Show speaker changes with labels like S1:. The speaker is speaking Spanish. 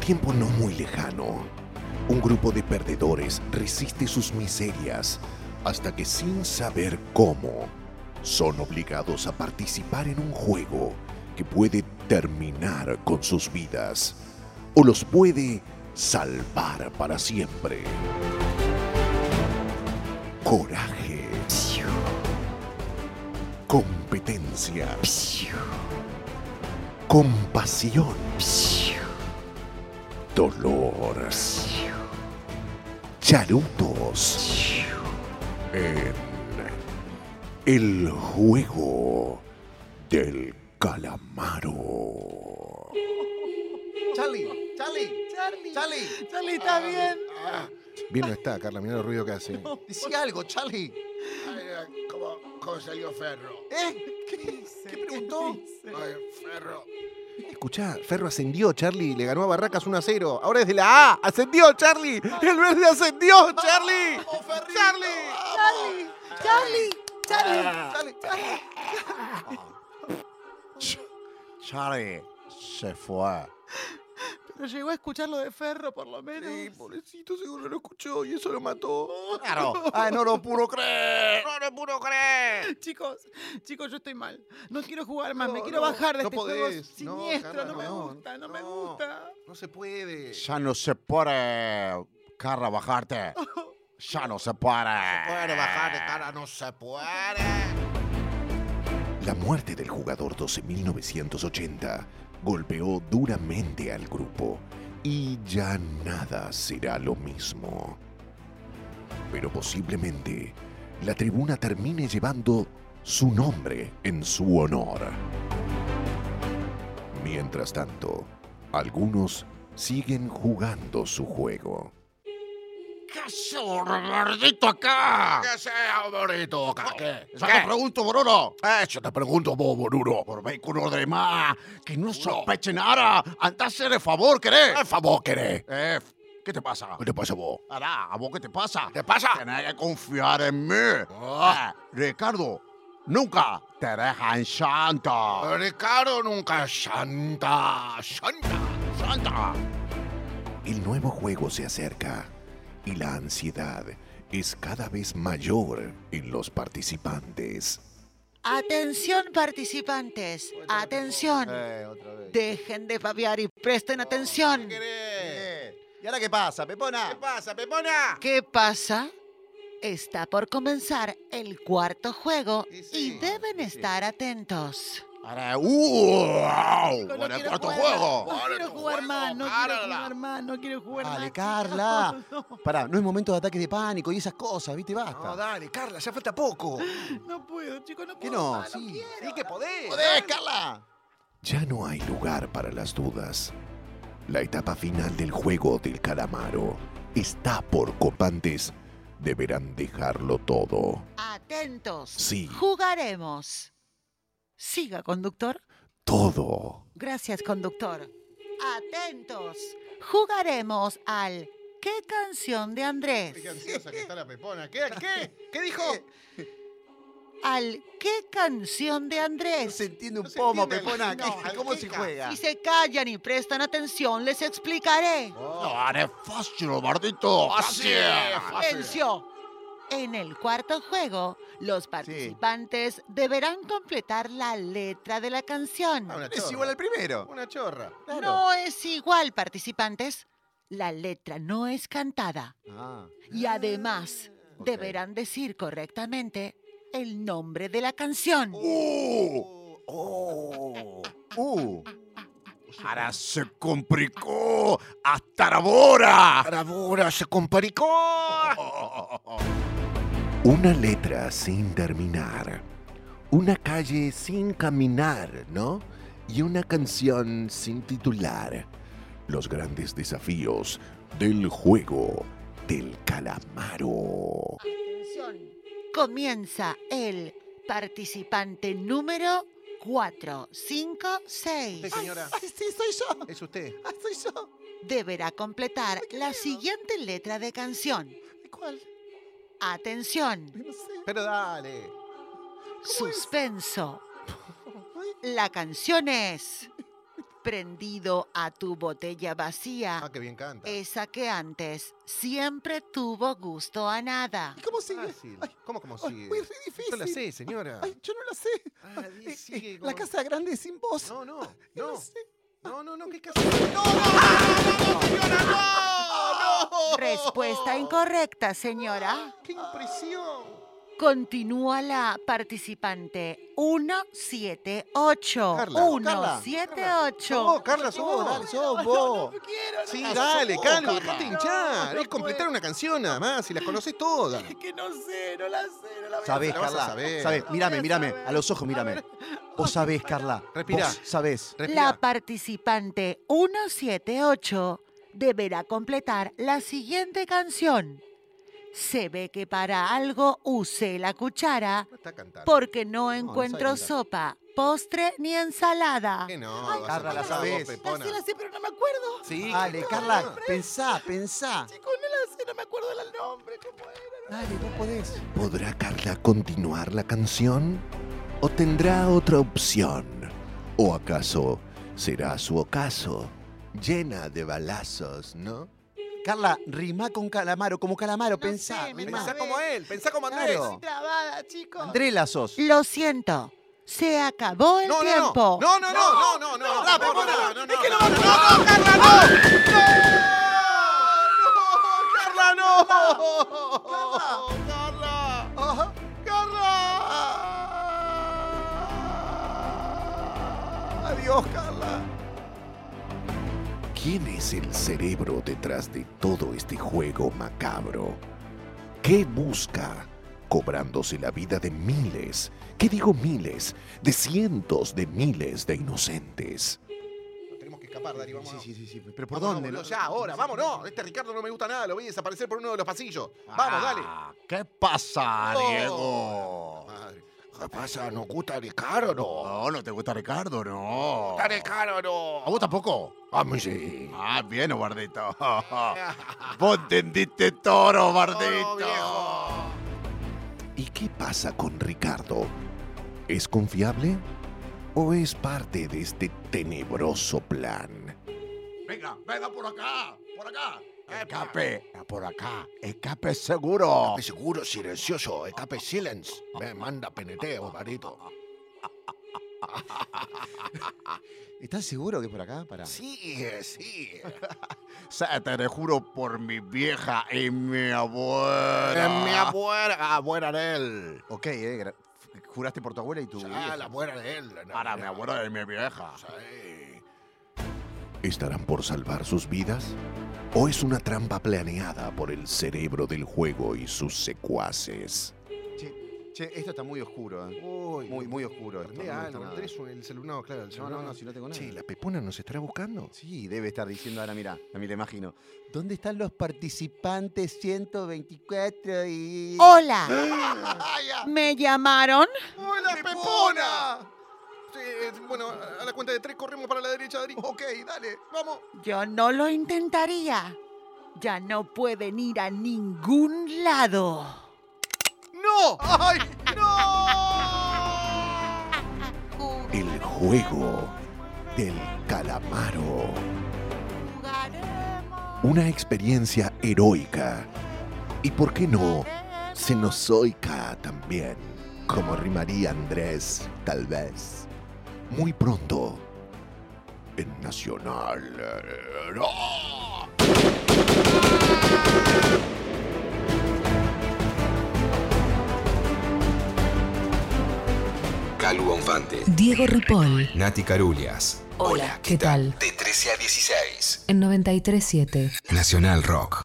S1: tiempo no muy lejano, un grupo de perdedores resiste sus miserias hasta que sin saber cómo, son obligados a participar en un juego que puede terminar con sus vidas o los puede salvar para siempre. Coraje. Competencia. Compasión. Dolor. Charutos. En el juego del calamaro.
S2: Charlie, Charlie,
S3: Charlie.
S2: Charlie.
S3: Charlie, ¿está bien?
S2: Ah,
S4: Bien no está, Carla, mira el ruido que hace.
S2: decí algo, Charlie.
S4: Ay, ¿Cómo, cómo salió Ferro?
S2: ¿Eh? ¿Qué, ¿Qué preguntó?
S4: Ay, Ferro. Escuchá, Ferro ascendió, Charlie. Le ganó a Barracas 1 a 0. Ahora es de la A. ¡Ascendió, Charlie! ¡El verde ascendió, Charlie!
S2: ¡Vamos, Ferrito!
S4: ¡Charlie!
S3: Charlie, Charlie, Charlie.
S2: Charlie, Charlie.
S4: Charlie se fue.
S3: Pero llegó a escuchar lo de Ferro, por lo menos.
S4: pobrecito, seguro lo escuchó y eso lo mató. Claro.
S5: Ah,
S4: Ay, no lo pudo creer. No lo pudo creer.
S3: Chicos, chicos, yo estoy mal. No quiero jugar más, me
S4: No,
S3: quiero
S4: no,
S3: bajar de
S4: no
S3: este juego
S4: podés. No,
S3: siniestro.
S4: Carla,
S3: no, me
S4: no,
S3: gusta, no, me
S4: no.
S3: gusta.
S4: No se puede.
S5: Ya no se puede, Carla, bajarte. Ya no se puede.
S4: Bueno, bajar de cara no se puede.
S1: La muerte del jugador 12.980 golpeó duramente al grupo y ya nada será lo mismo. Pero posiblemente la tribuna termine llevando su nombre en su honor. Mientras tanto, algunos siguen jugando su juego.
S5: ¡Maldito acá!
S4: ¿Qué sea, bonito, caque?
S5: ¿Qué?
S4: Yo te pregunto, Bruno.
S5: Eh, yo te pregunto, vos, Bruno, por vehículo de más, que no sospeche nada. Andá a hacer el favor, ¿querés?
S4: ¿Qué favor querés?
S5: Eh, f- ¿qué te pasa?
S4: ¿Qué te pasa a vos?
S5: Ará, ¿a vos qué te pasa?
S4: ¿Te pasa?
S5: Tenés que confiar en mí.
S4: Ah.
S5: Eh, Ricardo, nunca te dejan santa.
S4: Ricardo nunca es santa. Santa.
S5: Santa.
S1: El nuevo juego se acerca y la ansiedad es cada vez mayor en los participantes.
S6: Atención participantes, atención.
S7: Eh,
S4: otra vez.
S6: Dejen de babear y presten atención.
S7: Eh,
S4: ¿Y ahora qué pasa, Pepona? Eh. ¿Qué pasa, Pepona?
S6: ¿Qué pasa? Está por comenzar el cuarto juego
S4: Sí, sí.
S6: y deben estar atentos.
S5: Ahora, ¡uh!
S3: Chicos,
S5: Con el
S3: quiero
S5: cuarto
S3: jugar
S5: juego.
S3: más, No quiero
S4: tu
S3: jugar
S4: juego,
S3: más, no quiero
S4: Carla.
S3: jugar más, no quiero jugar más.
S7: Dale,
S3: chicos,
S7: Carla.
S3: No,
S7: Pará, no es momento de ataques de pánico y esas cosas, ¿viste?
S4: No,
S7: Basta.
S4: dale, Carla, ya falta poco.
S3: no puedo, chicos, no
S7: ¿Qué
S3: puedo.
S7: no?
S3: más,
S7: Sí.
S3: quiero.
S4: Sí que podés.
S5: ¡Joder, Carla!
S1: Ya no hay lugar para las dudas. La etapa final del juego del calamaro está por copantes. Deberán dejarlo todo.
S6: Atentos.
S1: Sí,
S6: Jugaremos. Siga, conductor.
S1: todo.
S6: Gracias, conductor. Atentos. Jugaremos al ¿Qué canción de Andrés?
S4: Qué ansiosa que está la Pepona. ¿Qué? ¿Qué? ¿Qué dijo?
S7: Eh,
S6: Al ¿Qué canción de
S7: No
S6: Andrés?
S7: se entiende un
S4: No se
S7: pomo,
S4: entiende
S7: Pepona.
S4: el- no, al
S7: ¿Cómo se
S4: queca.
S7: juega?
S6: Si se callan y prestan atención, les explicaré.
S5: No, haré fácil, maldito. Fácil.
S6: ¡Silencio! En el cuarto juego, los participantes deberán completar la letra de la canción.
S4: Ah, una chorra.
S7: Es igual al primero.
S4: Una chorra.
S6: No es igual, participantes. La letra no es cantada.
S7: Ah,
S6: Y además,
S7: ok.
S6: deberán decir correctamente el nombre de la canción.
S5: ¡Uh! ¡Oh! ¡Uh! Ahora se complicó hasta ahora.
S4: Bravura, se comparicó.
S1: Una letra sin terminar. Una calle sin caminar, ¿no? Y una canción sin titular. Los grandes desafíos del juego del calamaro.
S6: Atención. Comienza el participante número 4, 5, 6.
S4: Usted, señora.
S7: Ay, sí, soy yo.
S4: Es usted.
S7: Ah, soy yo.
S6: deberá completar la siguiente letra de canción.
S7: ¿Cuál?
S6: Atención,
S7: No sé.
S4: Pero dale.
S6: suspenso. La canción es prendido a tu botella vacía,
S4: Ah, qué bien canta.
S6: esa que antes siempre tuvo gusto a nada.
S7: ¿Y cómo sigue?
S4: Fácil.
S7: Ay,
S4: ¿Cómo, cómo
S7: ay,
S4: sigue?
S7: uy, es re
S4: Yo la
S7: difícil.
S4: sé, señora.
S7: Ay, yo no la sé.
S4: Ah, bien,
S7: Eh,
S4: sigue
S7: eh,
S4: como-
S7: La casa grande sin voz.
S4: No, no,
S7: Yo
S4: no.
S7: sé.
S4: No, no, no, ¿qué casa?
S6: Respuesta incorrecta, señora.
S4: ¡Qué impresión!
S6: Continúa la participante 178.
S4: Carla,
S7: Carla,
S6: 178.
S4: No, Carla, sos
S7: Sos,
S4: vos.
S7: dale, sos vos.
S4: Sí,
S7: Ah,
S4: dale, Carla,
S5: Carla.
S4: dejate hinchar.
S3: No, no
S4: es completar
S3: puedo.
S4: una canción nada más y las conoces todas.
S3: que no sé, no la sé, no la voy a
S7: Sabés,
S4: La vas a
S7: Carla.
S4: saber.
S7: Sabés, mírame,
S3: voy a
S7: mírame.
S3: saber.
S7: A los ojos, mírame. Vos sabés, Carla.
S4: Respirá.
S7: Vos sabés.
S6: La
S4: Respira.
S6: participante 178 deberá completar la siguiente canción. Se ve que para algo usé la cuchara
S4: No está cantando.
S6: porque no
S7: no
S6: encuentro
S7: sabe cantar.
S6: sopa, postre ni ensalada.
S4: qué no?
S3: Ay,
S4: Vas a
S7: Carla, la
S4: cantar
S7: sabés.
S4: vos,
S3: La
S4: Pepona.
S3: sé, la sé, pero no me acuerdo.
S4: Sí,
S7: Dale,
S4: no,
S7: Carla, pensá, pensá.
S3: Chicos, no la sé, no me acuerdo del nombre. ¿Cómo era?
S7: Dale, vos podés.
S1: ¿Podrá Carla continuar la canción? ¿O tendrá otra opción? ¿O acaso será su ocaso? Llena de balazos, ¿no?
S7: Carla, rimá con calamaro, como calamaro,
S3: No
S7: pensá.
S3: sé, me
S7: rimá.
S4: Pensá
S3: sabés.
S4: como él, pensá como Andrés.
S7: Claro.
S3: Estoy trabada, chicos.
S7: Andrela sos.
S6: Lo siento, se acabó el
S4: No, no,
S6: tiempo.
S4: no, no, no, no, no, no, no,
S3: no,
S4: Pepona,
S3: no,
S4: no,
S3: es que
S4: no,
S3: no
S4: no,
S3: me
S4: no, no, Carla, no, no, no, Carla, no.
S7: Adiós, Carla.
S1: ¿Quién es el cerebro detrás de todo este juego macabro? ¿Qué busca? Cobrándose la vida de miles, ¿qué digo miles? De cientos de miles de inocentes.
S4: Tenemos que escapar, Dari, vámonos.
S7: Sí, sí, sí, sí. Pero ¿por
S4: Vámonos,
S7: dónde?
S4: boludo, Ya, ahora, vámonos. Este Ricardo no me gusta nada, lo voy a desaparecer por uno de los pasillos. Vamos, dale.
S5: Ah, ¿Qué pasa, Diego?
S4: Madre.
S1: ¿Qué pasa? ¿No gusta Ricardo?
S5: No, no te gusta Ricardo, no.
S1: Ricardo!
S5: ¿A vos tampoco?
S1: A mí sí.
S5: Ah, bien, Bardito. Vos entendiste toro,
S4: Toro,
S5: Bardito.
S4: viejo.
S1: ¿Y qué pasa con Ricardo? ¿Es confiable? ¿O es parte de este tenebroso plan?
S5: Venga, venga por acá, por acá. Escape,
S7: Ah,
S5: por acá. Escape seguro.
S1: Seguro, silencioso, escape silence. Me manda peneteo, barito.
S7: ¿Estás seguro que es por acá? Pará.
S1: Sí, sí.
S5: Se te lo juro por mi vieja y mi abuela.
S7: Eh,
S1: ah. abuela, abuela de él.
S7: Ok, eh, gra- juraste por tu abuela y tu vieja.
S1: abuela de él.
S5: Para mi abuela y mi vieja.
S1: ¿Estarán por salvar sus vidas? ¿O es una trampa planeada por el cerebro del juego y sus secuaces?
S7: Che, esto está muy oscuro, eh.
S4: Uy,
S7: Muy, muy oscuro. Esto,
S4: Prende
S7: no me gusta
S4: algo,
S7: nada.
S4: Andrés, el celular, no, claro, el
S7: No,
S4: celular.
S7: no, no, si no tengo nada.
S1: Che, ¿la pepona nos estará buscando?
S7: Sí, debe estar diciendo ahora, mira, a mí le imagino. ¿Dónde están los participantes 124 y...?
S6: Hola,
S7: ah!
S6: ¿me llamaron?
S4: ¡Hola, Pepona! Sí, eh, bueno, a la cuenta de tres corremos para la derecha, Dari. Ok, dale, vamos.
S6: Yo no lo intentaría. Ya no pueden ir a ningún lado.
S4: ¡No! ¡Ay!
S1: El juego del calamaro. Una experiencia heroica. Y por qué no, cenozoica también. Como rimaría Andrés, tal vez. Muy pronto. En Nacional. eh, Rock.
S8: Calu Bonfante,
S9: Diego Ripoll.
S8: Nati Carulias.
S9: Hola, ¿qué tal?
S8: De 13 a 16.
S9: En 937.
S8: Nacional Rock.